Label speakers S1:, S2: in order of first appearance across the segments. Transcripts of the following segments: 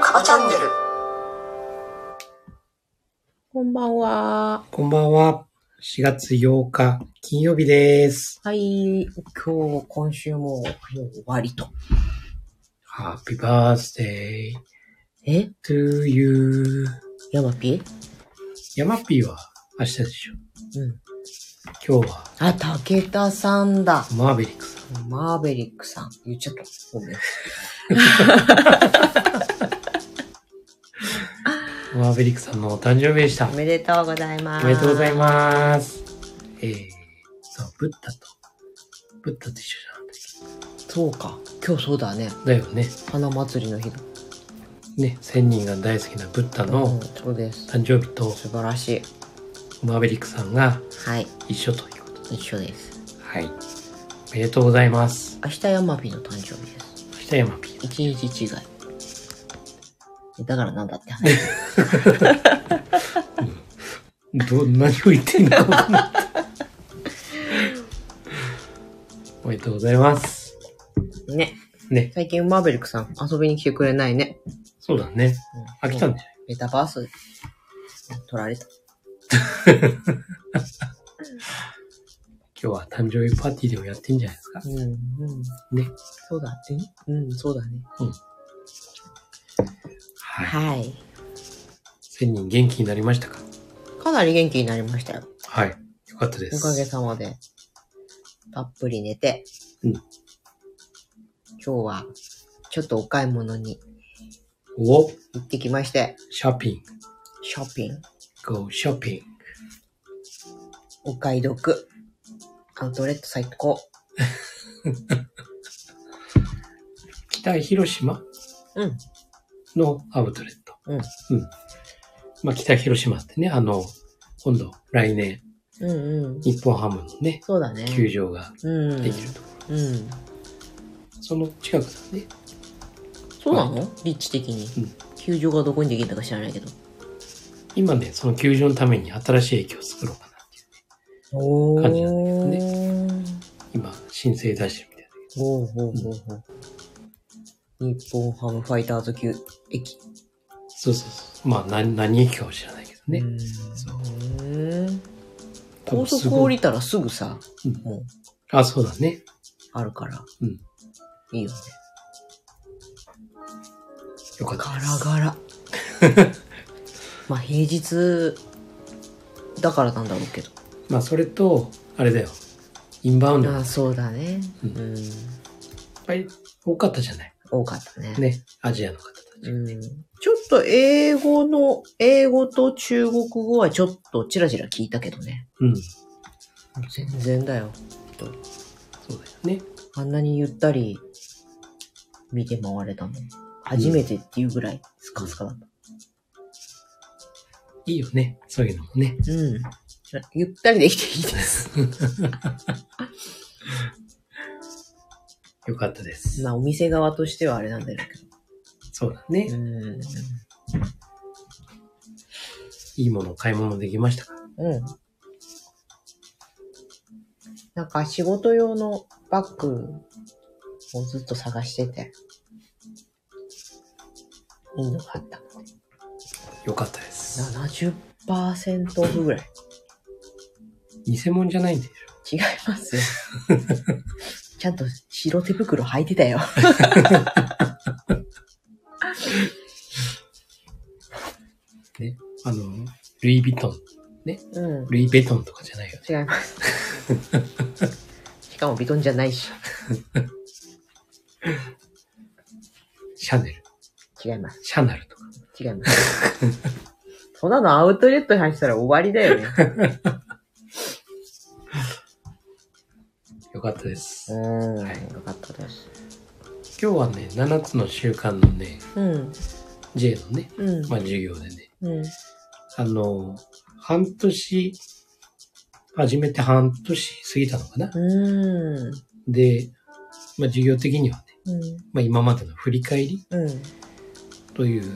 S1: カバチャンネル
S2: こんばんは。
S3: こんばんは。4月8日、金曜日です。
S2: はい。今日、今週も、もう終わりと。
S3: Happy birthday
S2: え
S3: to you.
S2: ヤマピ
S3: ヤマピーは明日でしょ。
S2: うん。
S3: 今日は
S2: あ、武田さんだ。
S3: マーベリックさん。
S2: マーベリックさん。言っちゃった。ごめん。
S3: マーベリックさんのお誕生日でした。
S2: おめでとうございます。
S3: おめでとうござい
S2: す。
S3: ます。えー、そう、ブッダと、ブッダと一緒
S2: そうか。今日そうだね。
S3: じゃん。だよね。
S2: 花祭りの日だ。
S3: ね、千人が大好きなブッダ
S2: う
S3: の
S2: ん、そうです。
S3: 誕生日と
S2: 素晴らしい。
S3: マーベリックさんが
S2: はい。
S3: 一緒ということで。
S2: 一緒です。
S3: はい。おめでとうございます。
S2: 明日ヤマピの誕生日です。
S3: そしてヤマピー。
S2: 一日違い。だからなんだって話。
S3: ど、何を言ってん だろうかなって。おめでとうございます。
S2: ね。
S3: ね。
S2: 最近マーベリックさん遊びに来てくれないね。
S3: そうだね。飽きた
S2: うんん
S3: じゃ
S2: メタバース取られた。
S3: 今日は誕生日パーティーでもやってんじゃないですか。
S2: うん、うん。
S3: ね。
S2: そうだってね。うん、そうだね。
S3: はい。
S2: はい。
S3: 千人元気になりましたか
S2: かなり元気になりましたよ。
S3: はい。よかったで
S2: おかげ
S3: す。
S2: さまで。たっぷり寝て。
S3: うん
S2: 今日は、ちょっとお買い物に
S3: お
S2: 行ってきまして、
S3: ショッピング。
S2: ショッピング、
S3: Go ショッピング。
S2: お買い得、アウトレット最高。
S3: 北広島
S2: うん。
S3: のアウトレット。
S2: うん
S3: うん。まあ、北広島ってね、あの、今度、来年、
S2: うんうん。
S3: 日本ハムのね、
S2: そうだね。
S3: 球場が
S2: うん。
S3: できると。
S2: うん。
S3: その近くだね。
S2: そうなの立地的に
S3: うん。
S2: 球場がどこにできるんだか知らないけど。
S3: 今ね、その球場のために新しい駅を作ろうかなっ
S2: お
S3: ていう感じなん
S2: ー
S3: だけ今、申請出してるみたい
S2: ほうほうほうほう。日本ハムファイターズ級駅。
S3: な。そうそうそう。まあ、何、何駅かは知らないけどね。
S2: うん
S3: そう
S2: うん
S3: 多
S2: 高
S3: 分す
S2: 速
S3: ごい
S2: 降りたらすぐさ、
S3: うん
S2: もう、
S3: あ、そうだね。
S2: あるから。
S3: うん。
S2: いいよね。
S3: よかった
S2: ガ
S3: で
S2: ラ
S3: す。
S2: ガ ラ。まあ、平日だからなんだろうけど。
S3: まあ、それと、あれだよ。インバウンドが
S2: あ
S3: いっ
S2: あ、そうだね。う。
S3: うんぱい多かったじゃない。
S2: 多かったね。
S3: ね。アジアの方たち。
S2: うん。ちょっと英語の、英語と中国語はちょっとチラチラ聞いたけどね。
S3: うん。
S2: 全然だよ。
S3: そうだよね。
S2: あんなにゆったり見て回れたの。初めてっていうぐらいスカスカだった。
S3: いいよね。そういうのもね。
S2: うん。ゆったりできていい です。
S3: よかったです。
S2: まあお店側としてはあれなんだろう
S3: そうだ
S2: け
S3: ね。
S2: ど。うん。
S3: いいもの買い物できましたか
S2: うん。なんか仕事用のバッグをずっと探してて、いいのがあった。
S3: よかったです。
S2: 70%オフぐらい。
S3: 偽物じゃないんでし
S2: 違
S3: ょ。
S2: い ますよ。ちゃんと白手袋履いてたよ。
S3: あの、ルイ・ヴィトン。
S2: うん。
S3: ルイ・ベトンとかじゃないよ。
S2: 違い ます。しかもビトンじゃないし。
S3: シャネル。
S2: 違います。
S3: シャナルとか。
S2: 違います。そんなのアウトレットに入ってたら終わりだよね。
S3: よかったです。
S2: うん。
S3: はい
S2: よかったです。
S3: 今日はね、7つの習慣のね、
S2: うん。
S3: J のね、
S2: うん。
S3: まあ授業でね、
S2: うん。
S3: あの、半年、始めて半年過ぎたのかな。
S2: うん。
S3: で、まあ授業的にはね、
S2: うん。
S3: まあ今までの振り返り
S2: うん。
S3: という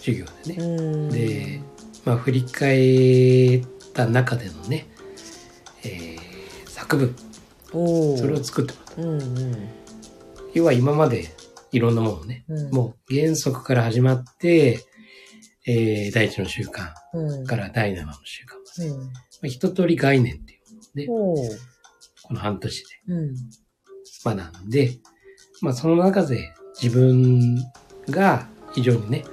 S3: 授業でね、
S2: うん。
S3: で、まあ、振り返った中でのね、えー作文、
S2: おお。
S3: それを作ってもらった。
S2: うんうん。
S3: 要は今までいろんなものをね、
S2: うん
S3: もう原則から始まって、えー第一の習慣
S2: うん。
S3: から第七の習慣まで、
S2: うん。
S3: まあ、一通り概念っていう、
S2: おお。
S3: この半年で
S2: うん。
S3: 学んで、まあ、その中で自分が非常にね、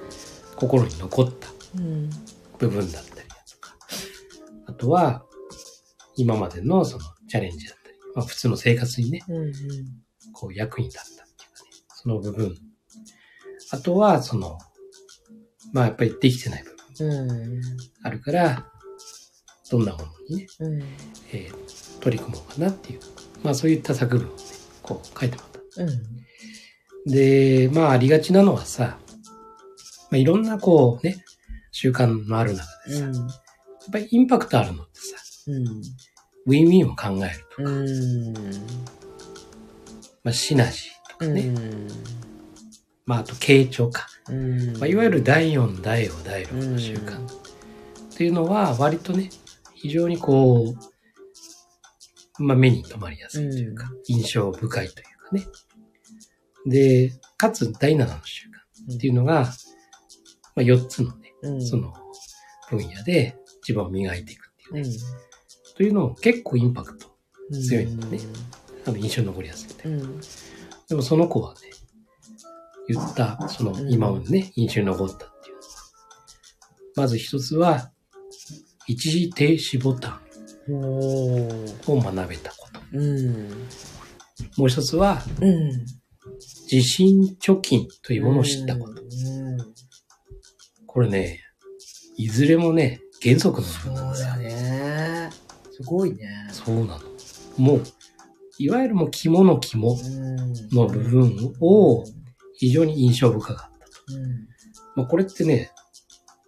S3: 心に残った
S2: うん。
S3: 部分だったりだとか、あとは、今までのそのチャレンジだったり、まあ、普通の生活にね、
S2: うん。うん。
S3: こう役に立ったっていうかね、その部分。あとは、その、まあやっぱりできてない部分
S2: うん。
S3: あるから、どんなものにね、
S2: うん。
S3: えー取り組もうかなっていう、まあそういった作文をね、こう書いてもらった。
S2: うん。
S3: で、まあありがちなのはさ、まあいろんなこうね、習慣のある中でさ、やっぱりインパクトあるのってさ、
S2: うん。
S3: ウィンウィンを考えると、
S2: うん。
S3: まあシナジーとか
S2: うん。
S3: ね、まああと傾聴か、
S2: うん。
S3: まあ、いわゆる第4、第5、第6の習
S2: う
S3: 慣
S2: ん
S3: っていうのは割とね、非常にこう、まあ、目に留まりやすいというか、印象深いというかね。で、かつ第7の習慣っていうのが、まあ、4つのね、
S2: うん、
S3: その分野で自分を磨いていくって
S2: う
S3: いうね。
S2: ん、
S3: というのを結構インパクト、
S2: うん、
S3: 強いんだねあの印象に残りやすくて
S2: う。ん。
S3: でもその子はね、言った、その
S2: うん
S3: 今までね、印象に残ったっていうのは。まず一つは、一時停止ボタ
S2: おー
S3: ンを学べたこと。
S2: うん。
S3: もう一つは、
S2: うん。
S3: 地震貯金というものを知ったこと。
S2: と。うん。
S3: これね、いずれもね、原則の
S2: そ
S3: 部分なんで
S2: う
S3: すよ
S2: だ
S3: ね。
S2: ね。すごいね。
S3: そうなの。もう、いわゆるもう肝の肝
S2: うん。
S3: の部分を非常に印象深かった。
S2: うん。
S3: まあ、これってね、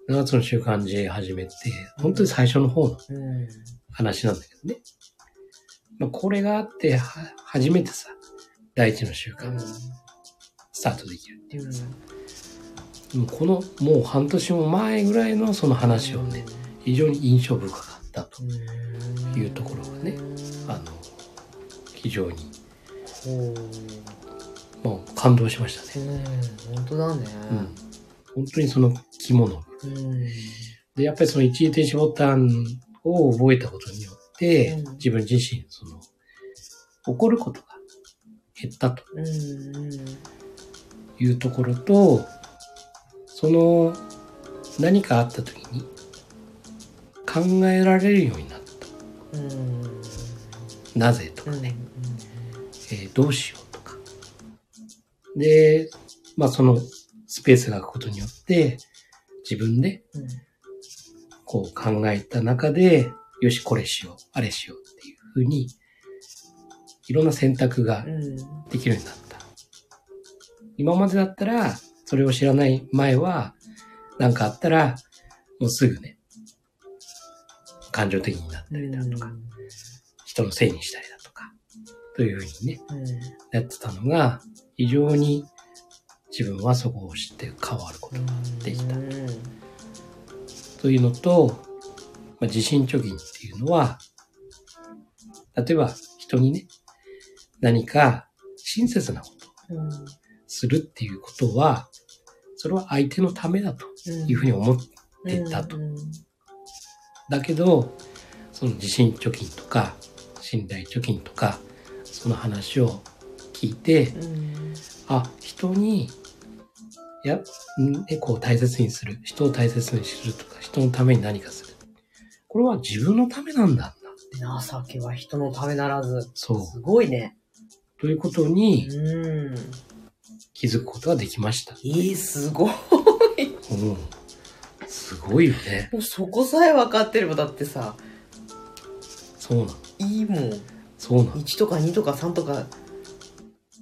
S3: 7つの習慣で始めて、本当に最初の方の
S2: うん。
S3: 話なんだけどね。まあ、これがあって、は初めてさ、第一の習慣、スタートできる。もうこの、もう半年も前ぐらいのその話をね、非常に印象深かったと
S2: うん。
S3: いうところがね、あの、非常に、
S2: うん。
S3: もう感動しましたね。
S2: うん。本当だね。
S3: うん。本当にその着物。
S2: うん。
S3: で、やっぱりその一時停止ボタンを覚えたことによって
S2: うん、
S3: 自分自身、その、怒ることが減ったと。
S2: うん。
S3: いうところと、その何かあった時に考えられるようになった。
S2: うん。
S3: なぜとか、
S2: ね。
S3: えーどうしようとか。で、まあそのスペースが空くことによって自分で
S2: うん。
S3: こう考えた中で、よしこれしよう、あれしようっていうふうにいろんな選択が
S2: うん。
S3: できるようになった。今までだったら、それを知らない前は、何かあったら、もうすぐね、感情的になったりだとか、人のせいにしたりだとか、というふうにね、
S2: うん。
S3: やってたのが、非常に自分はそこを知って変わることできた
S2: うん。
S3: というのと、まあ、地震貯金っていうのは、例えば人にね、何か親切なこと
S2: うん。
S3: するっていうことは、それは相手のためだというふうに思ってたと。
S2: うん。
S3: だけど、その地震貯金とか、信頼貯金とか、その話を聞いて、
S2: うん。
S3: あ、人に、や、んねこう大切にする、人を大切にするとか、人のために何かする。これは自分のためなんだんだ。
S2: 情けは人のためならず。
S3: そ
S2: すごいね。
S3: う。ということ
S2: う
S3: に
S2: ん。
S3: 気づくことができました。
S2: いい、すごい。
S3: うん。すごいよね。
S2: もうそこさえ分かってれば、だってさ、
S3: そうなの。
S2: いいもん。
S3: そうなの。
S2: 1とか2とか3とか、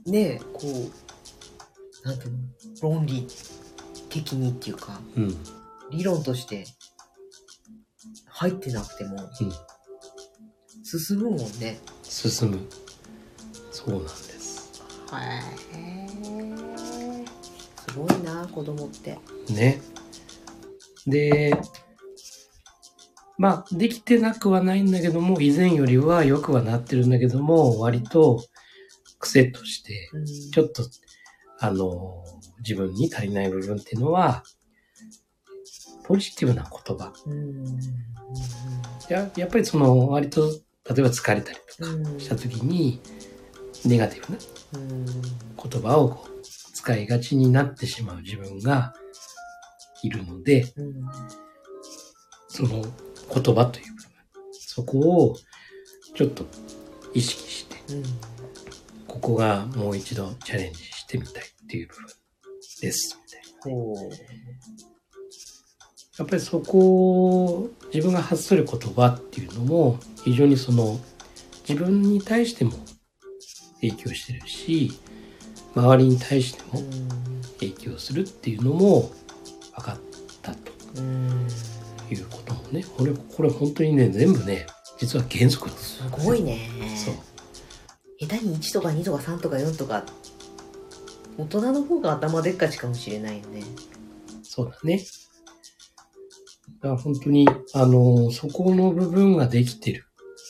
S2: ねえ、こう、なんていうの、論理的にっていうか、
S3: うん。
S2: 理論として入ってなくても
S3: うん。
S2: 進むもんね。
S3: 進むそうなんです
S2: はい。すごいな、子供って。
S3: ねでまあ、できてなくはないんだけども、以前よりは良くはなってるんだけども、割と癖として、
S2: うん
S3: ちょっと、あの、自分に足りない部分っていうのは、ポジティブな言葉。
S2: うん
S3: ややっぱりその、割と、例えば疲れたりとか
S2: うん
S3: した時に、ネガティブな
S2: うん
S3: 言葉をこう使いがちになってしまう自分がいるので、
S2: うん
S3: その言葉という部分、そこをちょっと意識して、
S2: うん
S3: ここがもう一度チャレンジしてみたいっていう部分です。みたいな
S2: ほう
S3: やっぱりそこを自分が発する言葉っていうのも非常にその自分に対しても影響してるし、周りに対して
S2: う
S3: も
S2: ん
S3: 影響するっていうのも分かったと
S2: うん
S3: いうこともね、これ、これ本当にね、全部ね、実は原則なんですよ。
S2: すごいね
S3: そう。
S2: 下手に1とか2とか3とか4とか大人の方が頭でっかちかもしれないよね
S3: そうだね。だから本当に、あの、そこの部分ができてる。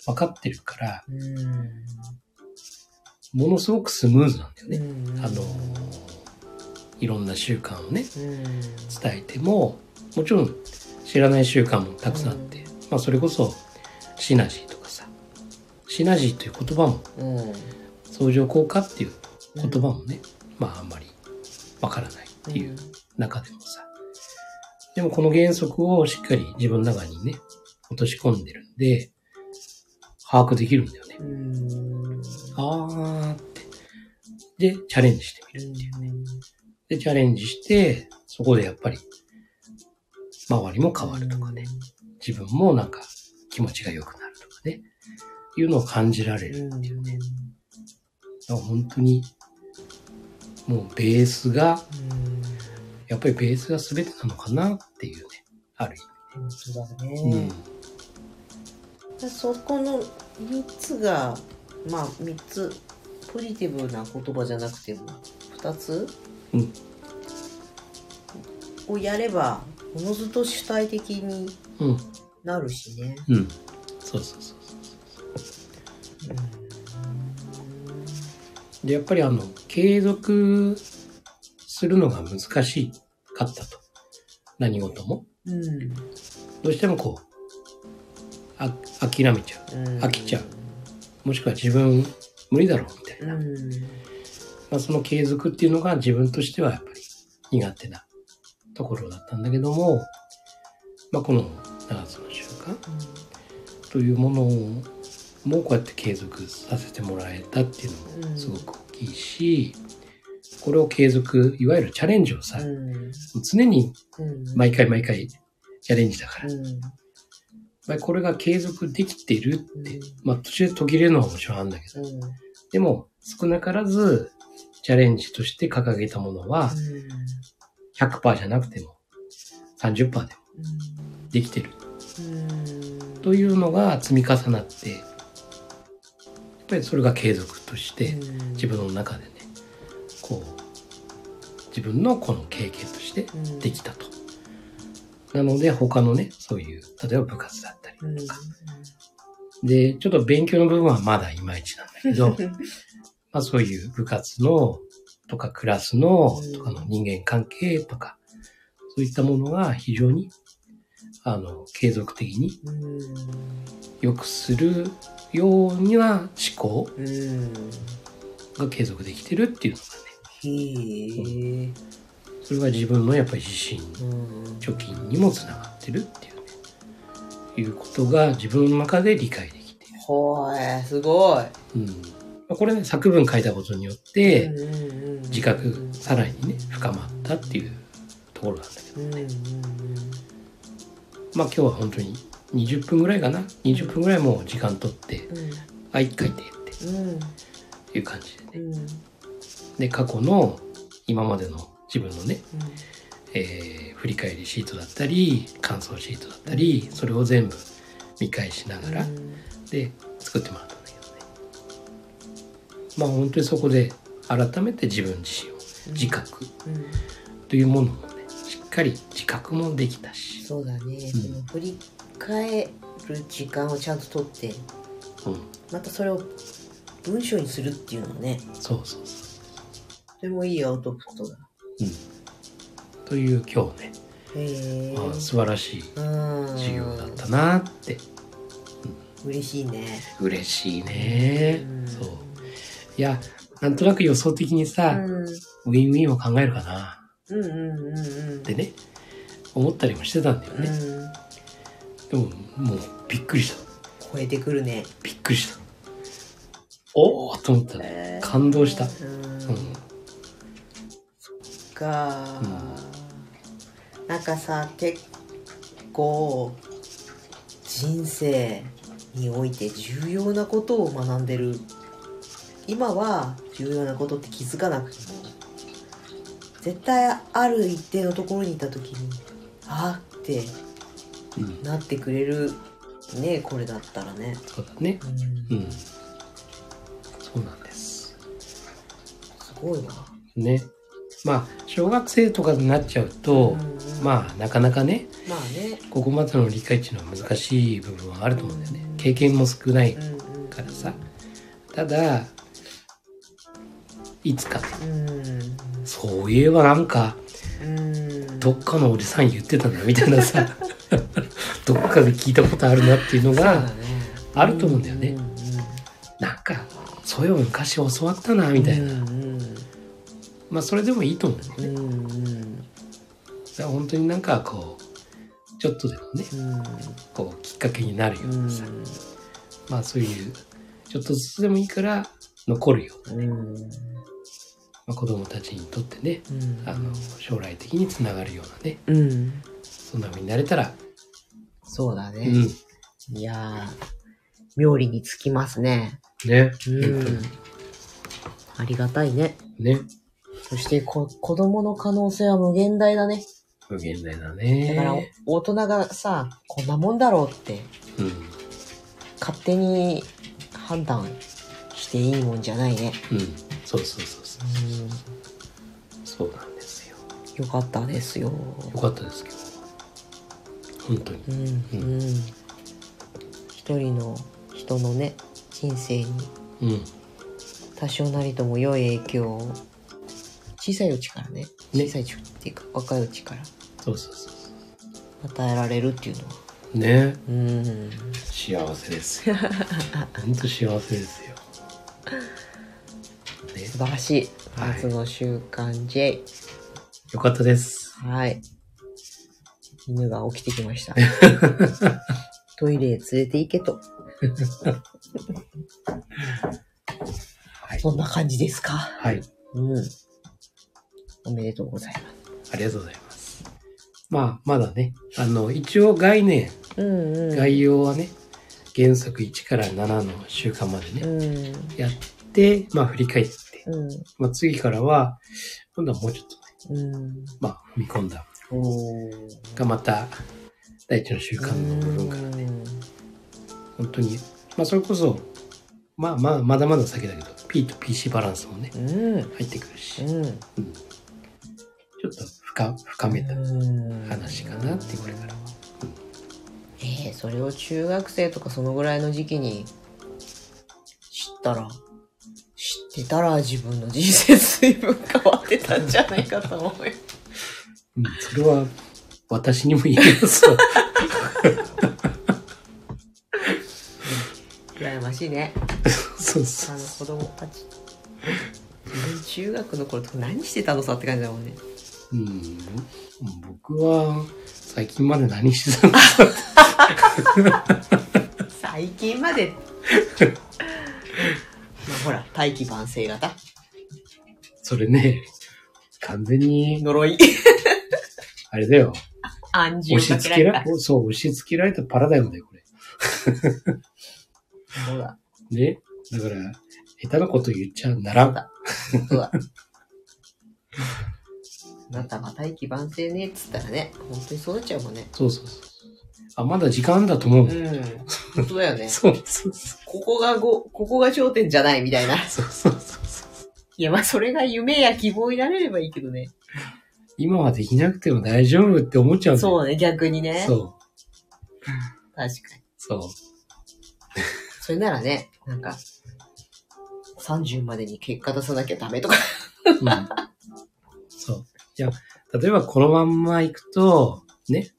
S3: 分かってるから、
S2: うん
S3: ものすごくスムーズなんだよね。
S2: うん
S3: あの、いろんな習慣をね、
S2: うん
S3: 伝えても、もちろん知らない習慣もたくさんあって、まあそれこそ、シナジーとかさ、シナジーという言葉も、
S2: うん
S3: 相乗効果っていう言葉もね、まああんまりわからないっていう中でもさ。でもこの原則をしっかり自分の中にね、落とし込んでるんで、把握できるんだよね。
S2: うん
S3: あーって。で、チャレンジしてみるっていうね。で、チャレンジして、そこでやっぱり、周りも変わるとかね。自分もなんか気持ちが良くなるとかね。いうのを感じられるっていうね。だから本当に、もうベースが、
S2: うん
S3: やっぱりベースが全てなのかなっていうね。ある
S2: 本当だね
S3: 意、味。うん。
S2: そこの3つがまあ3つポジティブな言葉じゃなくても2つ、
S3: うん
S2: をやればおのずと主体的に
S3: うん。
S2: なるしね。
S3: うん。そうそうそうそう。で、やっぱりあの、継続するのが難しかったと。何事も。
S2: うん
S3: どうしてもこう、あ、諦めちゃ
S2: うん
S3: 飽きちゃうう。もしくは自分無理だろうみたいな。
S2: うん
S3: まあその継続っていうのが自分としてはやっぱり苦手なところだったんだけども、まあこの7つの習慣というものをもうこうやって継続させてもらえたっていうのもすごく大きいし、これを継続いわゆるチャレンジをさ、
S2: うん
S3: 常に
S2: うん
S3: 毎回毎回チャレンジだか
S2: う
S3: ら、やっ
S2: ん
S3: ぱりこれが継続できてるって、
S2: うん
S3: まあ途中で途切れるのはもちろんあるんだけ
S2: う
S3: ど、
S2: ん
S3: でも少なからずチャレンジとして掲げたものは100%じゃなくても30%でもできてる
S2: うん
S3: というのが積み重なって、やっぱりそれが継続として、
S2: うん
S3: 自分の中でねこう自分のこの経験としてできたと。なので他のねそういう例えば部活だったり
S2: うん
S3: とか、でちょっと勉強の部分はまだいまいちなんだけどまあそういう部活のとかクラスの
S2: うん
S3: とかの人間関係とかそういったものが非常にあの継続的に
S2: うん
S3: 良くするようには思考
S2: うん
S3: が継続できてるっていうのが
S2: へ
S3: ね
S2: え
S3: それが自分のやっぱり自信
S2: うん
S3: 貯金にもつながってるっていうねいうことが自分の中で理解できている、
S2: ほえすごい
S3: うんまあ、これね作文書いたことによって自
S2: 自
S3: 覚さらにね深まったっていうところなんだけど
S2: うんうん
S3: まあ今日は本当に20分ぐらいかな20分ぐらいもう時間取って
S2: う
S3: あい書いてっ
S2: ん
S3: ていう感じでね
S2: うんうん
S3: で過去の今までの自分のね、えー振り返りシートだったり感想シートだったりそれを全部見返しながらで作ってもらったんだけどねまあ本当にそこで改めて自分自身を自覚
S2: うん
S3: というものをねしっかり自覚もできたし
S2: そうだねその振りえる時間をちゃんと取って
S3: うん。
S2: またそれを文章にするっていうのね
S3: そうそうそ
S2: とてもいいアウトプットだ
S3: う。うん。という今日ね、
S2: へえ
S3: まあ、素晴らしい
S2: うん
S3: 授業だったなって。
S2: 嬉しいね
S3: 嬉しいね
S2: う。ん
S3: そう。いや、なんとなく予想的に
S2: う
S3: さ、
S2: ん
S3: ウィンウィンを考えるかな
S2: うんうんうんうん
S3: ってね、思ったりもしてたんだよ
S2: うん
S3: ね。でも、もうびっくりした。
S2: 超えてくるね
S3: びっくりした。おおと思ったね。
S2: へえ
S3: 感動した。
S2: うん
S3: うん。
S2: か、なんかさ結構人生において重要なことを学んでる今は重要なことって気づかなくても絶対ある一定のところにいた時にあーって
S3: うん。
S2: なってくれるねこれだったらね、
S3: そうだね。
S2: うん
S3: うん。そうなんで
S2: す
S3: す。
S2: ごいな
S3: ね。まあ、小学生とかになっちゃうと、
S2: うん
S3: まあ、なかなかね、
S2: まあね
S3: ここまでの理解っていうのは難しい部分はあると思うんだよね。経験も少ない
S2: うんうん
S3: からさ。ただ、いつかね、
S2: うん
S3: そういえばなんか、
S2: うん
S3: どっかのおじさん言ってたんだみたいなさ、 どっかで聞いたことあるなっていうのが、あると思うんだよね。なんか、そういえば昔教わったな、みたいな。
S2: な。うん
S3: まあ、それでもいいと思う。だ
S2: うんうん
S3: から本当になんかこう、ちょっとでもね、こう、きっかけになるよ
S2: う
S3: うなさ、
S2: ん
S3: まあそういう、ちょっとずつでもいいから残るようなね、まあ、子供たちにとってね、
S2: うん
S3: あの、将来的につながるようなね、
S2: うん
S3: そんな風になれたら、
S2: そうだ
S3: う
S2: ね。
S3: ん、
S2: いやー妙利につきますね。
S3: ね、
S2: うんありがたいね。
S3: ね、
S2: そしてこ子供の可能性は無限大だね。
S3: 無限大だ
S2: だから
S3: ね。
S2: 大人がさ、こんなもんだろうって
S3: うん、
S2: 勝手に判断していいもんじゃないね。
S3: うん、そうそうそうそう。そうなんですよ。
S2: よかったですよ。
S3: よかったですけど、本当に
S2: う。ん、うん、一人の人のね人生に
S3: うん、
S2: 多少なりとも良い影響を小さいうちからね小さいうちっていうか若いうちから
S3: そうそうそうそ
S2: 与えられるっていうのは
S3: う。ね。
S2: うん
S3: 幸せですよ。 本当幸せですよ。ね、
S2: 素晴らしい
S3: はい
S2: 夏の習慣 J
S3: よかったです。
S2: はい犬が起きてきました トイレへ連れて行けと
S3: はい。
S2: そんな感じですか
S3: はい。
S2: うんおめでとうございま
S3: ありがとうございます。まあ、まだね、あの、一応概念、
S2: すうんうん
S3: 概要はね、原則1から7の習慣まで
S2: う
S3: ね、
S2: ん
S3: やって、まあ、振り返って、
S2: うん
S3: まあ、次からは、今度はもうちょっとね、
S2: うん
S3: まあ、踏み込んだ
S2: お
S3: が、また、第一の習慣の部分から、
S2: ね。
S3: 本当に、まあ、それこそ、まあまあ、まだまだ先だけど、P と PC バランスもね、
S2: うん。うん。
S3: 入ってくるし、
S2: うん。
S3: ちょっと深深めた
S2: うん
S3: 話かなって、これからは。
S2: えー、それを中学生とかそのぐらいの時期に知ったら、知ってたら自分の人生随分変わってたんじゃないかと思うよ。
S3: うん、それは、私にも言えますと。
S2: 羨ましいね。
S3: そう
S2: あ
S3: そう
S2: の子供たち。自分中学の頃とか何してたのさって感じだもんね。
S3: うん、僕は最近まで何してたんだ
S2: 最近まで。まあほら、大器晩成型。
S3: それね、完全に、
S2: 呪い。
S3: あれだよ、
S2: 暗
S3: 押
S2: 示
S3: し
S2: をかけ
S3: 付
S2: ら
S3: け
S2: れ
S3: ら
S2: た。、
S3: そう、押し付けられたパラダイムだよ、これ。
S2: そうだ。
S3: ね。だから、下手なこと言っちゃならん。
S2: そうだ。あなたが大器晩成ねっつったらね、本当にそうなっちゃうもんね。
S3: そうそうそう。あ、まだ時間だと思う。
S2: うん。本当だよね。
S3: そうそうそう。
S2: ここがご、ここが頂点じゃないみたいな。
S3: そうそうそうそう。
S2: いや、まあそれが夢や希望になれればいいけどね。
S3: 今はできなくても大丈夫って思っちゃうんだよ。
S2: そうね、逆にね。
S3: そ
S2: 確かに。
S3: そう。
S2: それならね、なんか、30までに結果出さなきゃダメとか。
S3: うん そう。じゃあ、例えばこのまんま行くと、ね。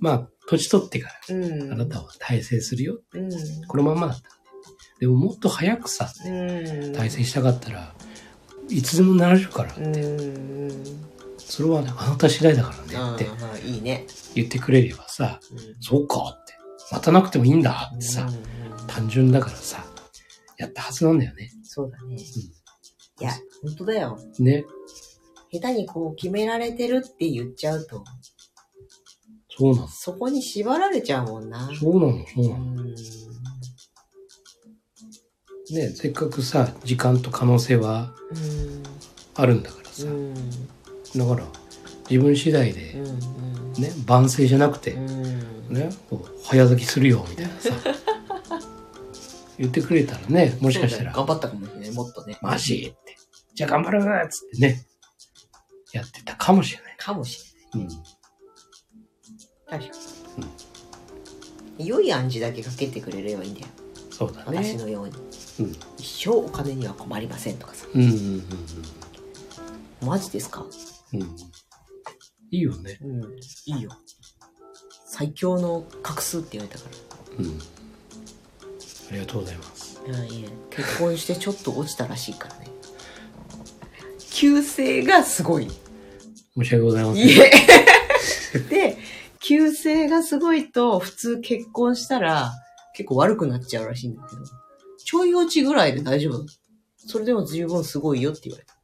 S3: まあ、年取ってか
S2: うん
S3: ら、あなたは大成するよ。
S2: うん。
S3: このまんまだったらね。でももっと早くさ、
S2: うん。
S3: 大成したかったら、いつでもなれるから、
S2: うんうん。
S3: それはね、あなた次第だからね
S2: あ
S3: って
S2: あ、いいね。
S3: 言ってくれればさ、
S2: うん
S3: そうかって、待たなくてもいいんだってさ
S2: う、ん
S3: 単純だからさ、やったはずなんだよね。
S2: そうだね。いや、本当だよ。
S3: ね。
S2: 下手にこう決められてるって言っちゃうと、
S3: そうなの。
S2: そこに縛られちゃうもんな。
S3: そうなの、そう
S2: う
S3: なの。
S2: ん。
S3: ね、せっかくさ、時間と可能性は
S2: うん。
S3: あるんだからさ、
S2: うん。
S3: だから、自分次第
S2: う
S3: で、
S2: ん。うん
S3: ね、万世じゃなくて
S2: う、ん。
S3: ね、こう早咲きするよ、みたいな さ、言ってくれたらね、もしかしたら、
S2: そうだよ頑張ったかもしれない、もっとね。
S3: マジって。じゃあ頑張るっつってね、やってたかもしれない。
S2: かもし
S3: うん。
S2: れない。確かに。良い暗示だけかけてくれればいいんだよ。
S3: そうだ
S2: 私
S3: ね。
S2: のように。
S3: うん。
S2: 一生お金には困りませんとかさ。
S3: うんうん
S2: マジですか
S3: うんうん。うん。いいよね。
S2: うん。いいよ。最強の画数って言われたから。
S3: うん。ありがとうございます。
S2: いやいや結婚してちょっと落ちたらしいからね旧姓がすごいい
S3: 申し訳ございません。
S2: え で旧姓がすごいと普通結婚したら結構悪くなっちゃうらしいんだけどちょい落ちぐらいで大丈夫それでも十分すごいよって言われた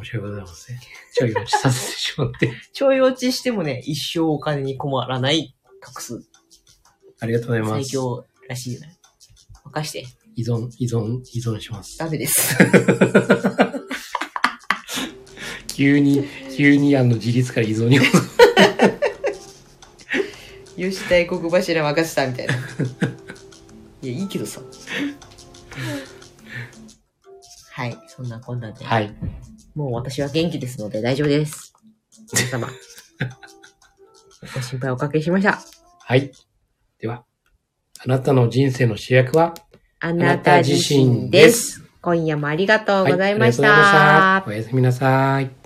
S3: 申し訳ございません。ちょい落ちさせてしまって。
S2: ちょい落ちしてもね一生お金に困らない隠す
S3: ありがとうございま
S2: 最
S3: す。
S2: 強らしいじゃない任して
S3: 依存、依存、依存します。
S2: ダメです
S3: 急に、急にあの自立から依存 に。
S2: 吉大黒柱任せたみたいないやいいけどさはいそんなこんなで、
S3: はい。
S2: もう私は元気ですので大丈夫です皆 様ご心配おかけしました
S3: はい。では、あなたの人生の主役は
S2: あ
S3: あ
S2: なた自身です。今夜もありがとう
S3: はい
S2: ございまし
S3: ありがとうござい
S2: た
S3: ましたおやすみなさい。